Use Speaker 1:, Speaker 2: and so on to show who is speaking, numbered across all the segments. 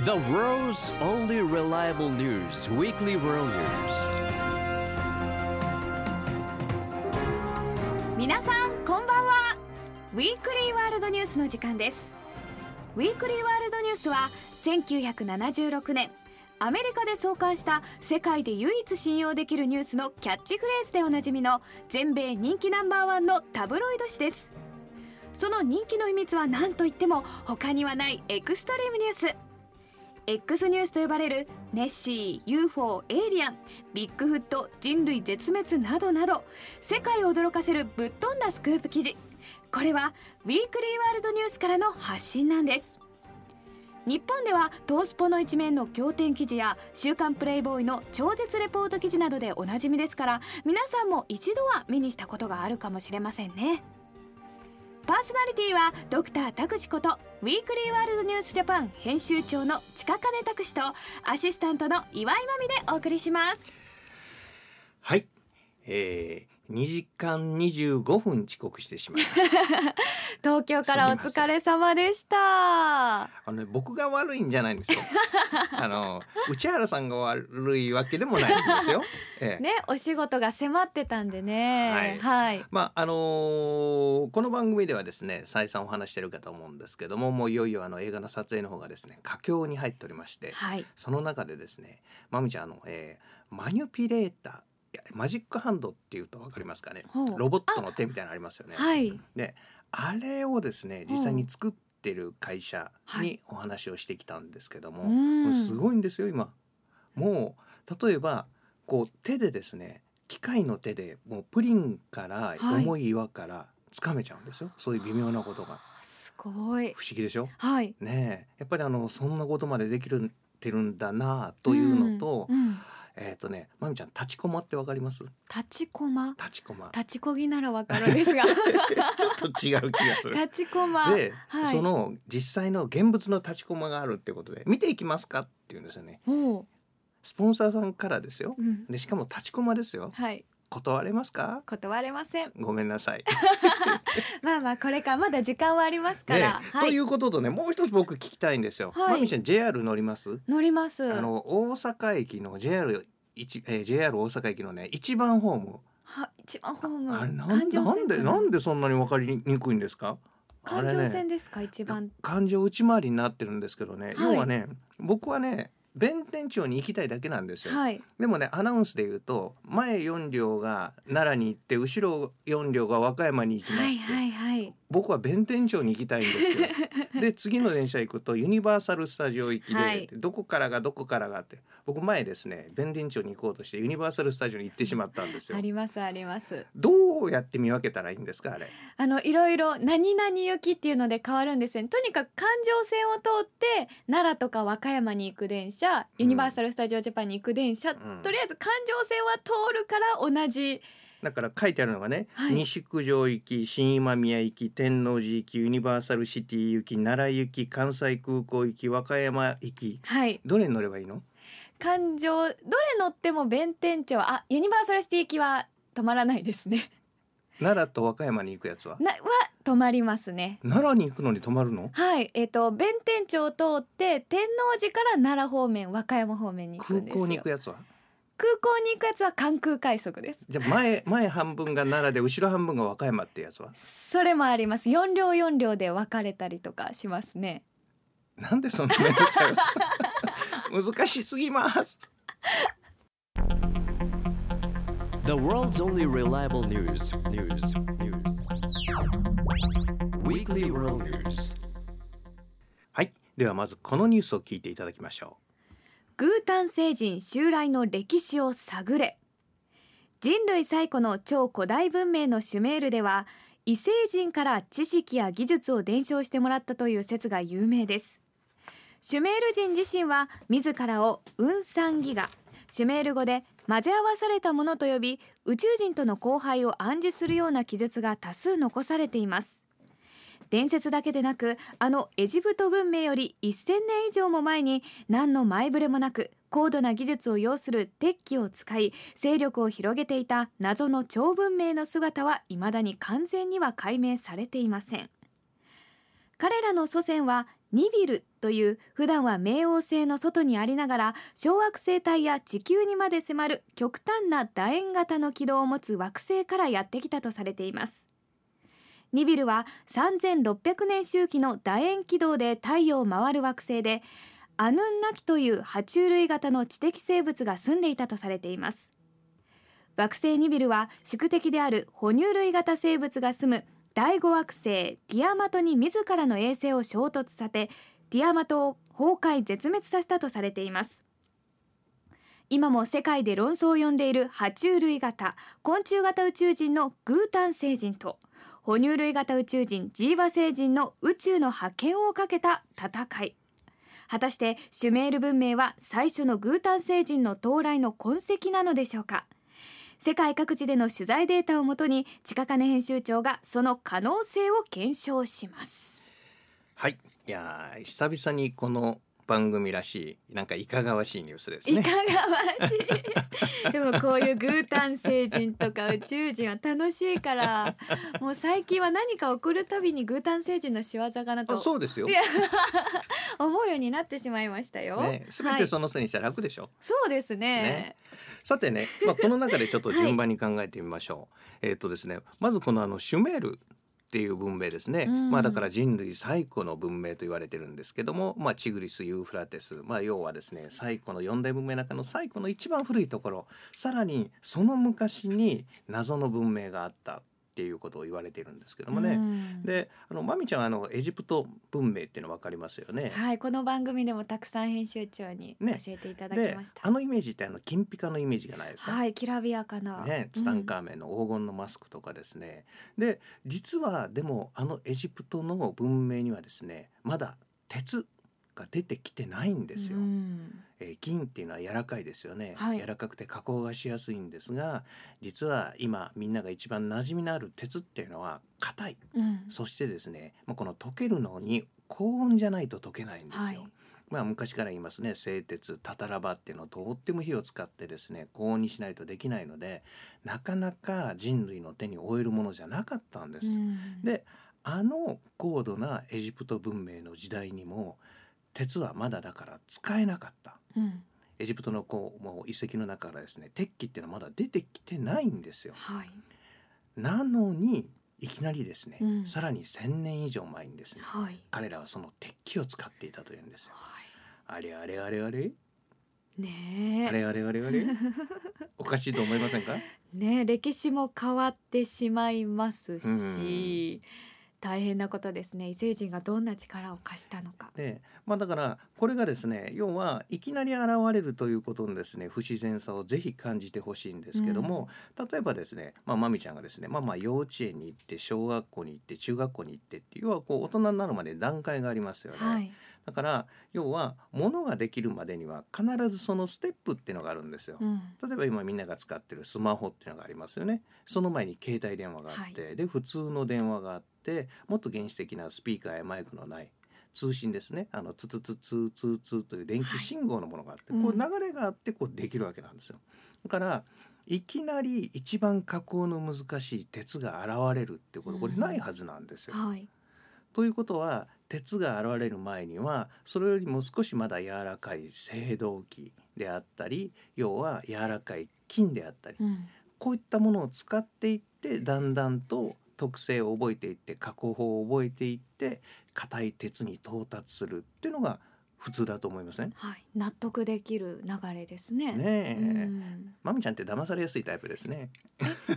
Speaker 1: The world's only reliable news, Weekly World News.
Speaker 2: 皆さんこんばんはウィークリーワールドニュースの時間ですウィークリーワールドニュースは1976年アメリカで創刊した世界で唯一信用できるニュースのキャッチフレーズでおなじみの全米人気ナンバーワンのタブロイド紙ですその人気の秘密は何といっても他にはないエクストリームニュース X ニュースと呼ばれるネッシー UFO エイリアンビッグフット人類絶滅などなど世界を驚かせるぶっ飛んだスクープ記事これはウィークリーワールドニュースからの発信なんです日本ではトースポの一面の仰天記事や「週刊プレイボーイ」の超絶レポート記事などでおなじみですから皆さんも一度は目にしたことがあるかもしれませんねパーソナリティはドクター拓司ことウィークリーワールドニュースジャパン編集長の近金拓司とアシスタントの岩井真美でお送りします
Speaker 3: はい、えー、2時間25分遅刻してしまいました
Speaker 2: 東京からお疲れ様でした
Speaker 3: あの、ね、 僕が悪いんじゃないんですよあの内原さんが悪いわけでもないんですよ、ええ
Speaker 2: ねお仕事が迫ってたんでねはい、
Speaker 3: まああのーこの番組ではですね再三お話してるかと思うんですけどももういよいよあの映画の撮影の方がですね佳境に入っておりまして
Speaker 2: はい
Speaker 3: その中でですねまみちゃんあの、えーマニュピレーターいやマジックハンドっていうとわかりますかね
Speaker 2: ほう
Speaker 3: ロボットの手みたいなのありますよね
Speaker 2: はい
Speaker 3: であれをですね
Speaker 2: うん
Speaker 3: 実際に作ってる会社
Speaker 2: は
Speaker 3: にお話をしてきたんですけども、
Speaker 2: うん
Speaker 3: これすごいんですよ今もう例えばこう手でですね機械の手でもうプリンか
Speaker 2: は
Speaker 3: ら
Speaker 2: い
Speaker 3: 重い岩からつかめちゃうんですよ、そういう微妙なことが
Speaker 2: すごい
Speaker 3: 不思議でしょ
Speaker 2: はい
Speaker 3: ねえやっぱりあのそんなことまでできるてるんだなあというのと、
Speaker 2: うんうん
Speaker 3: えっ、とねまみちゃん立ちこまってわかります
Speaker 2: 立ちこま
Speaker 3: 立ち こまち
Speaker 2: 立ちこぎならわかるんです が
Speaker 3: ょっと違う気がする
Speaker 2: 立ちこま
Speaker 3: で、
Speaker 2: はい
Speaker 3: その実際の現物の立ちコマがあるってことで見ていきますかって言うんですよね
Speaker 2: ほ
Speaker 3: スポンサーさんからですよ
Speaker 2: う、うん、
Speaker 3: でしかも立ちコマですよ
Speaker 2: はい
Speaker 3: 断れますか
Speaker 2: 断れません
Speaker 3: ごめんなさい、
Speaker 2: まあまあこれからまだ時間はありますか
Speaker 3: ね
Speaker 2: ら、は
Speaker 3: とい
Speaker 2: いう
Speaker 3: こととねもう一つ僕聞きたいんですよ、
Speaker 2: はい
Speaker 3: まみちゃん JR 乗ります、
Speaker 2: 乗ります
Speaker 3: あの大阪駅の JR 一えー JR 大阪駅のね一番ホーム
Speaker 2: は一番ホーム
Speaker 3: あれなん
Speaker 2: 環状
Speaker 3: なん
Speaker 2: 線
Speaker 3: で
Speaker 2: かな
Speaker 3: なんでそんなに分かりにくいんですかあ
Speaker 2: 環
Speaker 3: れね
Speaker 2: 状線ですか、一番
Speaker 3: 感情内回りになってるんですけどね、
Speaker 2: い
Speaker 3: 要はね僕はね弁天町に行きたいだけなんですよ、
Speaker 2: はい
Speaker 3: でもねアナウンスで言うと前4両が奈良に行って後ろ4両が和歌山に行きますっ
Speaker 2: は
Speaker 3: て、
Speaker 2: いはいはい
Speaker 3: 僕は弁天町に行きたいんです よで次の電車行くとユニバーサル・スタジオ行きで、
Speaker 2: はい
Speaker 3: どこからがどこからがって僕前ですね弁天町に行こうとしてユニバーサル・スタジオに行ってしまったんですよ
Speaker 2: あ。りますあります
Speaker 3: どうやって見分けたらいいんですかあれ
Speaker 2: あのいろいろ何々行きっていうので変わるんですねとにかく環状線を通って奈良とか和歌山に行く電車ユニバーサル・スタジオ・ジャパンに行く電車、
Speaker 3: ん
Speaker 2: とりあえず環状線は通るから同じ
Speaker 3: だから書いてあるのがね、
Speaker 2: はい
Speaker 3: 西九条行き新今宮行き天王寺行きユニバーサル・シティ行き奈良行き関西空港行き和歌山行き
Speaker 2: はい
Speaker 3: どれに乗ればいいの
Speaker 2: 環状どれ乗っても弁天町あユニバーサル・シティ行きは止まらないですね
Speaker 3: 奈良と和歌山に行くやつは
Speaker 2: なは止まりますね
Speaker 3: 奈良に行くのに泊まるの
Speaker 2: はい、えっ、と弁天町を通って天王寺から奈良方面、和歌山方面に行く
Speaker 3: 空
Speaker 2: んですよ。
Speaker 3: 港に行くやつは
Speaker 2: 空港に行くやつは関空快速です。
Speaker 3: じゃあ前 前半分が奈良で後ろ半分が和歌山ってやつは
Speaker 2: それもあります。四両四両で分かれたりとかしますね。
Speaker 3: なんでそんなめんどくさい の難しすぎます。
Speaker 1: The world's only reliable news, news, news. Weekly World News.
Speaker 3: はい、ではまずこのニュースを聞いていただきましょ
Speaker 2: グータン星人襲来の歴史を探れ人類最古の超古代文明のシュメールでは異星人から知識や技術を伝承してもらったという説が有名ですシュメール人自身は自らをウンサンギガシュメール語で混ぜ合わされたものと呼び宇宙人との交配を暗示するような記述が多数残されています伝説だけでなくあのエジプト文明より1000年以上も前に何の前触れもなく高度な技術を要する鉄器を使い勢力を広げていた謎の超文明の姿は未だに完全には解明されていません彼らの祖先はニビルという普段は冥王星の外にありながら小惑星帯や地球にまで迫る極端な楕円型の軌道を持つ惑星からやってきたとされていますニビルは3600年周期の楕円軌道で太陽を回る惑星でアヌンナキという爬虫類型の知的生物が住んでいたとされています惑星ニビルは宿敵である哺乳類型生物が住む第5惑星ディアマトに自らの衛星を衝突させディアマトを崩壊絶滅させたとされています今も世界で論争を呼んでいる爬虫類型昆虫型宇宙人のグータン星人と哺乳類型宇宙人ジーバ星人の宇宙の覇権をかけた戦い果たしてシュメール文明は最初のグータン星人の到来の痕跡なのでしょうか世界各地での取材データをもとに近金編集長がその可能性を検証します
Speaker 3: はい。いやー久々にこの番組らしいなんかいかがわしいニュースです
Speaker 2: いか
Speaker 3: ね。
Speaker 2: がわし いでもこういうグータン星人とか宇宙人は楽しいからもう最近は何か送るたびにグータン星人の仕業かな
Speaker 3: あ、
Speaker 2: と
Speaker 3: そうですよ。
Speaker 2: いや思うようになってしまいましたよ、
Speaker 3: ね、すべ
Speaker 2: は
Speaker 3: て
Speaker 2: い、
Speaker 3: そのせいにしたら楽でしょ。
Speaker 2: そうですね
Speaker 3: ねさてね、まあ、この中でちょっと順番に考えてみましょう。えっ、とですね、まずこのあのシュメール。っていう文明ですね、
Speaker 2: うん
Speaker 3: まあだから人類最古の文明と言われてるんですけども、まあ、チグリス・ユーフラテス、まあ、要はですね最古の四大文明の中の最古の一番古いところさらにその昔に謎の文明があったっていうことを言われてるんですけどもね、
Speaker 2: うん
Speaker 3: であのマミちゃんはあのエジプト文明っていうの分かりますよね。
Speaker 2: はいこの番組でもたくさん編集長に
Speaker 3: ね
Speaker 2: 教えていただき
Speaker 3: で
Speaker 2: ました、
Speaker 3: あのイメージってあの金ピカのイメージがないですか、
Speaker 2: はいきらびやかな、
Speaker 3: ね、ツタンカーメンの黄金のマスクとかですね、で実はでもあのエジプトの文明にはですねまだ鉄が出てきてないんですよ、
Speaker 2: うん
Speaker 3: えー銀っていうのは柔らかいですよね、
Speaker 2: はい
Speaker 3: 柔らかくて加工がしやすいんですが実は今みんなが一番馴染みのある鉄っていうのは硬い
Speaker 2: うん
Speaker 3: そしてですね、まあ、この溶けるのに高温じゃないと溶けないんですよ。
Speaker 2: はい
Speaker 3: まあ、昔から言いますね製鉄タタラバっていうのをとっても火を使ってですね高温にしないとできないのでなかなか人類の手に負えるものじゃなかったんです。
Speaker 2: うん
Speaker 3: であの高度なエジプト文明の時代にも鉄はまだだから使えなかった
Speaker 2: うん
Speaker 3: エジプトのこうもう遺跡の中からですね鉄器っていうのはまだ出てきてないんですよ。
Speaker 2: はい、
Speaker 3: なのにいきなりですね、
Speaker 2: うん
Speaker 3: さらに1,000年以上前にですね
Speaker 2: はい、
Speaker 3: 彼らはその鉄器を使っていたというんですよ。あれあれあれあれ
Speaker 2: ね
Speaker 3: あれあれあれ あれおかしいと思いませんか
Speaker 2: え、ねえ、歴史も変わってしまいますし、大変なことですね。異星人がどんな力を貸したのか。
Speaker 3: でまあだからこれがですね要はいきなり現れるということのですね不自然さをぜひ感じてほしいんですけども、例えばですねまあまみちゃんがですねまあまあ幼稚園に行って小学校に行って中学校に行ってっていう要はこう大人になるまで段階がありますよね。
Speaker 2: はい、
Speaker 3: だから要はものができるまでには必ずそのステップっていうのがあるんですよ。
Speaker 2: うん、
Speaker 3: 例えば今みんなが使ってるスマホっていうのがありますよねその前に携帯電話があって、で普通の電話があってもっと原始的なスピーカーやマイクのない通信ですねあのツツツツツツという電気信号のものがあって、
Speaker 2: はい
Speaker 3: こう
Speaker 2: うん
Speaker 3: 流れがあってこうできるわけなんですよ。だからいきなり一番加工の難しい鉄が現れるってことこれないはずなんですよ。
Speaker 2: はい、
Speaker 3: ということは鉄が現れる前にはそれよりも少しまだ柔らかい青銅器であったり要は柔らかい金であったり
Speaker 2: うん、
Speaker 3: こういったものを使っていってだんだんと特性を覚えていって加工法を覚えていって硬い鉄に到達するっていうのが普通だと思いません
Speaker 2: はい、納得できる流れですね。
Speaker 3: ねえ、
Speaker 2: うん
Speaker 3: まみちゃんって騙されやすいタイプですね。。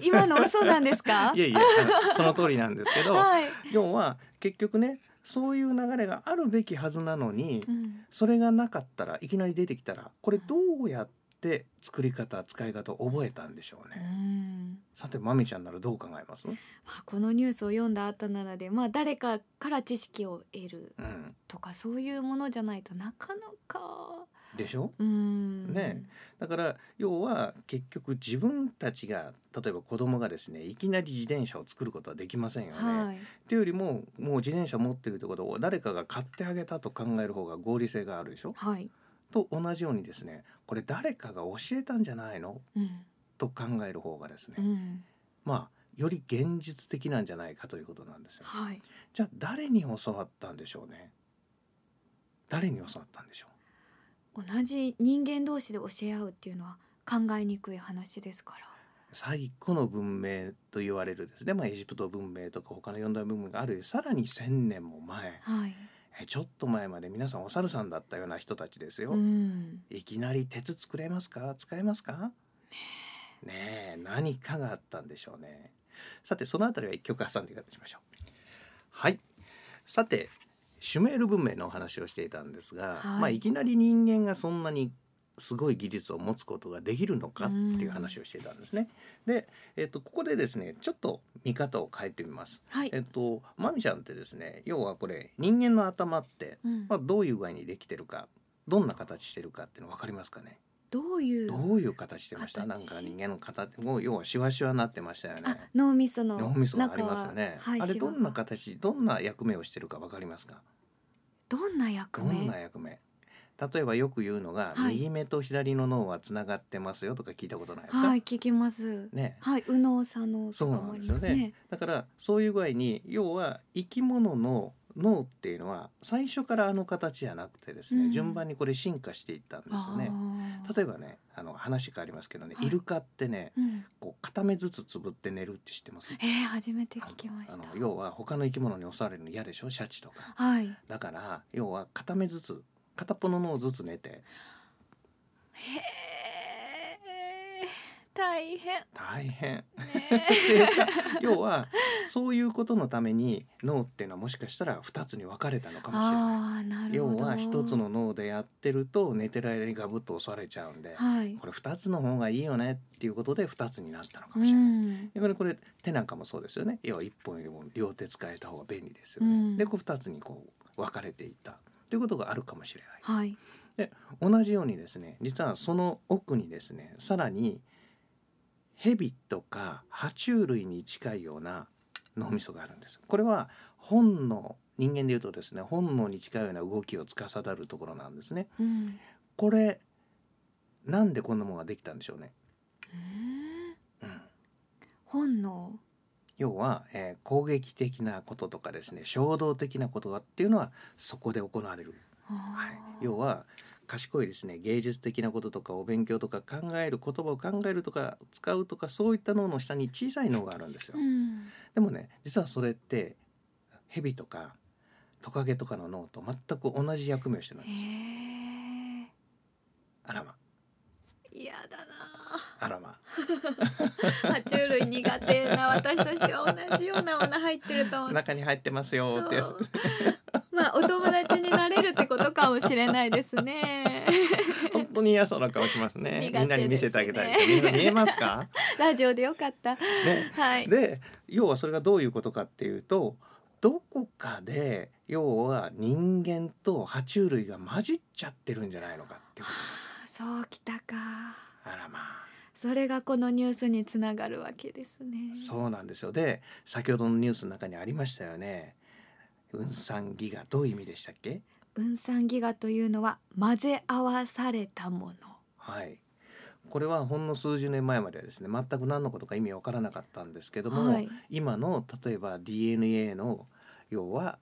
Speaker 2: 今のそうなんですか
Speaker 3: いやいやあのその通りなんですけど、
Speaker 2: はい、
Speaker 3: 要は結局ねそういう流れがあるべきはずなのに、
Speaker 2: うん、
Speaker 3: それがなかったらいきなり出てきたらこれどうやって作り方使い方を覚えたんでしょう
Speaker 2: う
Speaker 3: ね。
Speaker 2: ん。
Speaker 3: さてまみちゃんならどう考えます、う
Speaker 2: まあこのニュースを読んだ後なので、まあ誰かから知識を得る
Speaker 3: ん、
Speaker 2: とかそういうものじゃないとなかなか
Speaker 3: でしょ
Speaker 2: うーん
Speaker 3: ねだから要は結局自分たちが例えば子供がですねいきなり自転車を作ることはできませんよね。
Speaker 2: はい
Speaker 3: っていうよりももう自転車持ってるってことを誰かが買ってあげたと考える方が合理性があるでしょ
Speaker 2: はい、
Speaker 3: と同じようにですねこれ誰かが教えたんじゃないの
Speaker 2: うん
Speaker 3: と考える方がですね、
Speaker 2: うん、
Speaker 3: まあより現実的なんじゃないかということなんですよ。
Speaker 2: はい。
Speaker 3: じゃあ誰に教わったんでしょうね。誰に教わったんでしょ
Speaker 2: 同じ人間同士で教え合うっていうのは考えにくい話ですから。
Speaker 3: う。最古の文明と言われるですね、まあ、エジプト文明とか他の四大文明があるよりさらに1,000年も前
Speaker 2: はい。
Speaker 3: えちょっと前まで皆さんお猿さんだったような人たちですよ。
Speaker 2: うん。
Speaker 3: いきなり鉄作れますか使えますかねえ何かがあったんでしょうねさてそのあたりは一曲挟んでからしましょうはいさてシュメール文明のお話をしていたんです
Speaker 2: はい
Speaker 3: が、い、まあいきなり人間がそんなにすごい技術を持つことができるのかっていう話をしていたんですね。で、えっとここでですねちょっと見方を変えてみます。
Speaker 2: はい
Speaker 3: え。っとまみちゃんってですね要はこれ人間の頭って
Speaker 2: うん
Speaker 3: まあ、どういう具合にできてるかどんな形してるかっていうの分かりますかね、
Speaker 2: どういう。
Speaker 3: どういう形してました
Speaker 2: 形
Speaker 3: なんか人間の形もう要はシワシワになってましたよね
Speaker 2: あ、脳みその中は。
Speaker 3: 脳みそがありますよね、
Speaker 2: はい、
Speaker 3: あれ
Speaker 2: シワ
Speaker 3: ど
Speaker 2: が
Speaker 3: んな形どんな役目をしてるか分かりますか
Speaker 2: どんな役
Speaker 3: ど
Speaker 2: 目。
Speaker 3: んな役目例えばよく言うのが、
Speaker 2: はい
Speaker 3: 右目と左の脳はつながってますよとか聞いたことないですか、
Speaker 2: はい、聞きます。
Speaker 3: ね
Speaker 2: はい、右脳左脳とかもあります
Speaker 3: そうなんですよ
Speaker 2: ね
Speaker 3: ね。だからそういう具合に要は生き物の脳っていうのは最初からあの形じゃなくてですね、
Speaker 2: うん
Speaker 3: 順番にこれ進化していったんですよね。
Speaker 2: あー
Speaker 3: 例えばねあの話変わりますけどね、
Speaker 2: はい
Speaker 3: イルカってね
Speaker 2: うん、
Speaker 3: こう片目ずつつぶって寝るって知ってます
Speaker 2: えー、初めて聞きました
Speaker 3: あ。の要は他の生き物に襲われるの嫌でしょシャチとか
Speaker 2: はい。
Speaker 3: だから要は片目ずつ片っぽの脳ずつ寝て
Speaker 2: へえ、大変
Speaker 3: 大変
Speaker 2: ね。
Speaker 3: っていうか要はそういうことのために脳っていうのはもしかしたら2つに分かれたのかもしれない
Speaker 2: ああ、なるほ
Speaker 3: 要
Speaker 2: ど。
Speaker 3: は1つ。の脳でやってると寝てる間にガブッと襲われちゃうんで
Speaker 2: はい。
Speaker 3: これ2つの方がいいよねっていうことで2つになったのか
Speaker 2: う
Speaker 3: もしれない。
Speaker 2: ん。
Speaker 3: でこれこれ手なんかもそうですよね要は1本よりも両手使えた方が便利ですよね、
Speaker 2: うん
Speaker 3: でこう2つにこう分かれていったということがあるかもしれない
Speaker 2: はい。
Speaker 3: 同じようにですね実はその奥にですねさらにヘビとか爬虫類に近いような脳みそがあるんですこれは本能人間でいうとですね本能に近いような動きを司るところなんですね
Speaker 2: うん。
Speaker 3: これなんでこんなものができたんでしょうね、
Speaker 2: うん
Speaker 3: うん
Speaker 2: 本能。
Speaker 3: 要は、えー攻撃的なこととかですね衝動的なことがっていうのはそこで行われる、は、
Speaker 2: はい
Speaker 3: 要は賢いですね芸術的なこととかお勉強とか考える言葉を考えるとか使うとかそういった脳の下に小さい脳があるんですよ
Speaker 2: う。ん。
Speaker 3: でもね実はそれって蛇とかトカゲとかの脳と全く同じ役目をしてるん
Speaker 2: へ
Speaker 3: です。
Speaker 2: え。
Speaker 3: あらま
Speaker 2: 嫌だなあ。
Speaker 3: あらま
Speaker 2: 爬虫類苦手な私としては同じようなもの入ってると思う
Speaker 3: 中に入ってますよってやつ。
Speaker 2: まあお友達になれるってことかもしれないです ね
Speaker 3: 本当に嫌そうな顔します ね。
Speaker 2: 苦手ですね
Speaker 3: みんなに見せてあげたいです。みんな見えますか？
Speaker 2: ラジオでよかった
Speaker 3: ね。
Speaker 2: はい
Speaker 3: で要はそれがどういうことかっていうとどこかで要は人間と爬虫類が混じっちゃってるんじゃないのかっていうこ
Speaker 2: そうきたか
Speaker 3: とあらまあ
Speaker 2: それがこのニュースにつながるわけですね
Speaker 3: そうなんですよで先ほどのニュースの中にありましたよね運算ギガどういう意味でしたっけ
Speaker 2: 運算ギガというのは混ぜ合わされたもの
Speaker 3: はいこれはほんの数十年前まではですね全く何のことか意味わからなかったんですけども、
Speaker 2: はい
Speaker 3: 今の例えば DNA の要は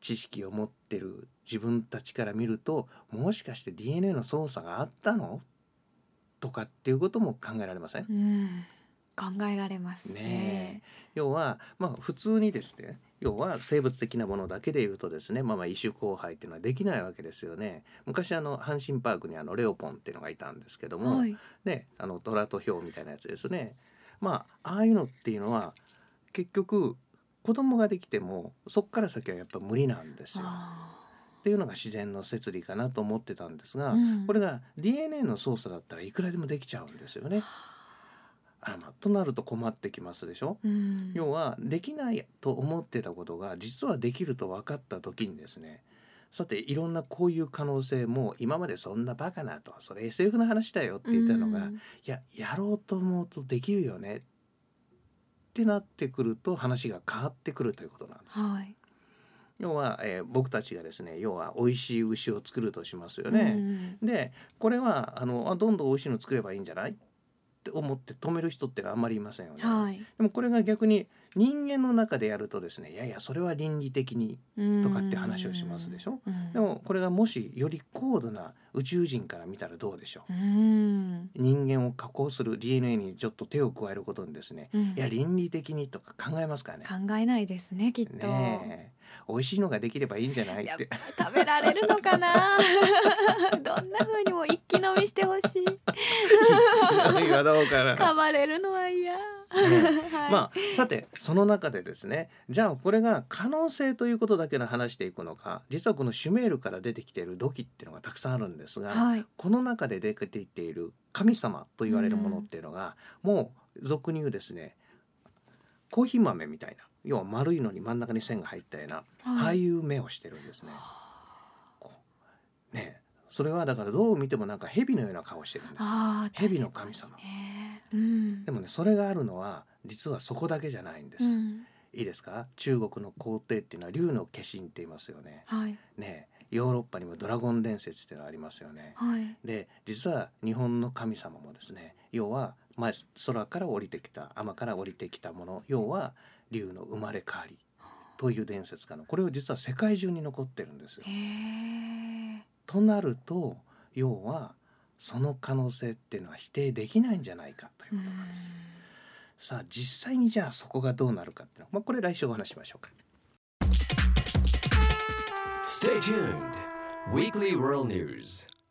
Speaker 3: 知識を持ってる自分たちから見るともしかして DNA の操作があったのとかっていうことも考えられません
Speaker 2: うん考えられますね
Speaker 3: ね要はまあ普通にですね要は生物的なものだけで言うとですねまあまあ異種交配っていうのはできないわけですよね昔あの阪神パークにあのレオポンっていうのがいたんですけども、
Speaker 2: はい
Speaker 3: ね、あの虎とヒョウみたいなやつですね。まあああいうのっていうのは結局子供ができてもそっから先はやっぱ無理なんですよ。
Speaker 2: あ
Speaker 3: っていうのが自然の摂理かなと思ってたんです
Speaker 2: ー
Speaker 3: が、
Speaker 2: うん
Speaker 3: これが DNA の操作だったらいくらでもできちゃうんですよね。あらまとなると困ってきますでしょ。
Speaker 2: うん
Speaker 3: 要はできないと思ってたことが実はできると分かった時にですねさていろんなこういう可能性も今までそんなバカなとそれ SF の話だよって言ったのが、
Speaker 2: うん
Speaker 3: いややろうと思うとできるよねってなってくると話が変わってくるということなんです。
Speaker 2: はい
Speaker 3: 要は、えー僕たちがですね要は美味しい牛を作るとしますよ
Speaker 2: う
Speaker 3: ね。
Speaker 2: ん
Speaker 3: でこれはあのあどんどん美味しいの作ればいいんじゃないっって思って止める人ってのはあんまりいませんよね。
Speaker 2: はい。
Speaker 3: でもこれが逆に人間の中でやるとですねいやいやそれは倫理的にとかって話をしますでしょ。
Speaker 2: うん
Speaker 3: でもこれがもしより高度な宇宙人から見たらどうでしょう
Speaker 2: うん。
Speaker 3: 人間を加工する DNA にちょっと手を加えることにですね
Speaker 2: うん
Speaker 3: いや倫理的にとか考えますからね。
Speaker 2: 考えないですねきっと。
Speaker 3: ねえ美味しいのができればいいんじゃない
Speaker 2: や
Speaker 3: っ
Speaker 2: って食べられるのかな。 どんな風にも一気飲みしてほしい。
Speaker 3: 言わどう かな。
Speaker 2: 噛まれるのは嫌。はい
Speaker 3: まあさてその中でですねじゃあこれが可能性ということだけの話していくのか実はこのシュメールから出てきている土器っていうのがたくさんあるんですが、
Speaker 2: はい。
Speaker 3: この中で出てきている神様と言われるものっていうのが、もう俗に言うですねコーヒー豆みたいな要は丸いのに真ん中に線が入ったような、ああいう目をしてるんですね。こうねえそれはだからどう見てもなんか蛇のような顔してるんですよ。
Speaker 2: ああ。
Speaker 3: 蛇の神
Speaker 2: 確
Speaker 3: 様
Speaker 2: かにねうん。
Speaker 3: でもねそれがあるのは実はそこだけじゃないんです。
Speaker 2: うん。
Speaker 3: いいですか中国の皇帝っていうのは竜の化身って言いますよね。
Speaker 2: はい。
Speaker 3: ねえヨーロッパにもドラゴン伝説っていうのありますよね。
Speaker 2: はい。
Speaker 3: で実は日本の神様もですね要は、まあ、空から降りてきた天から降りてきたもの要は竜の生まれ変わりという伝説がのこれを実は世界中に残ってるんですよ。
Speaker 2: へえ。
Speaker 3: となると要はその可能性っていうのは否定できないんじゃないかという
Speaker 2: う
Speaker 3: こ
Speaker 2: ん
Speaker 3: となんです。さあ実際にじゃあそこがどうなるかっていうのは、まあ、これ来週お話ししましょうか。
Speaker 1: Stay tuned. Weekly World News.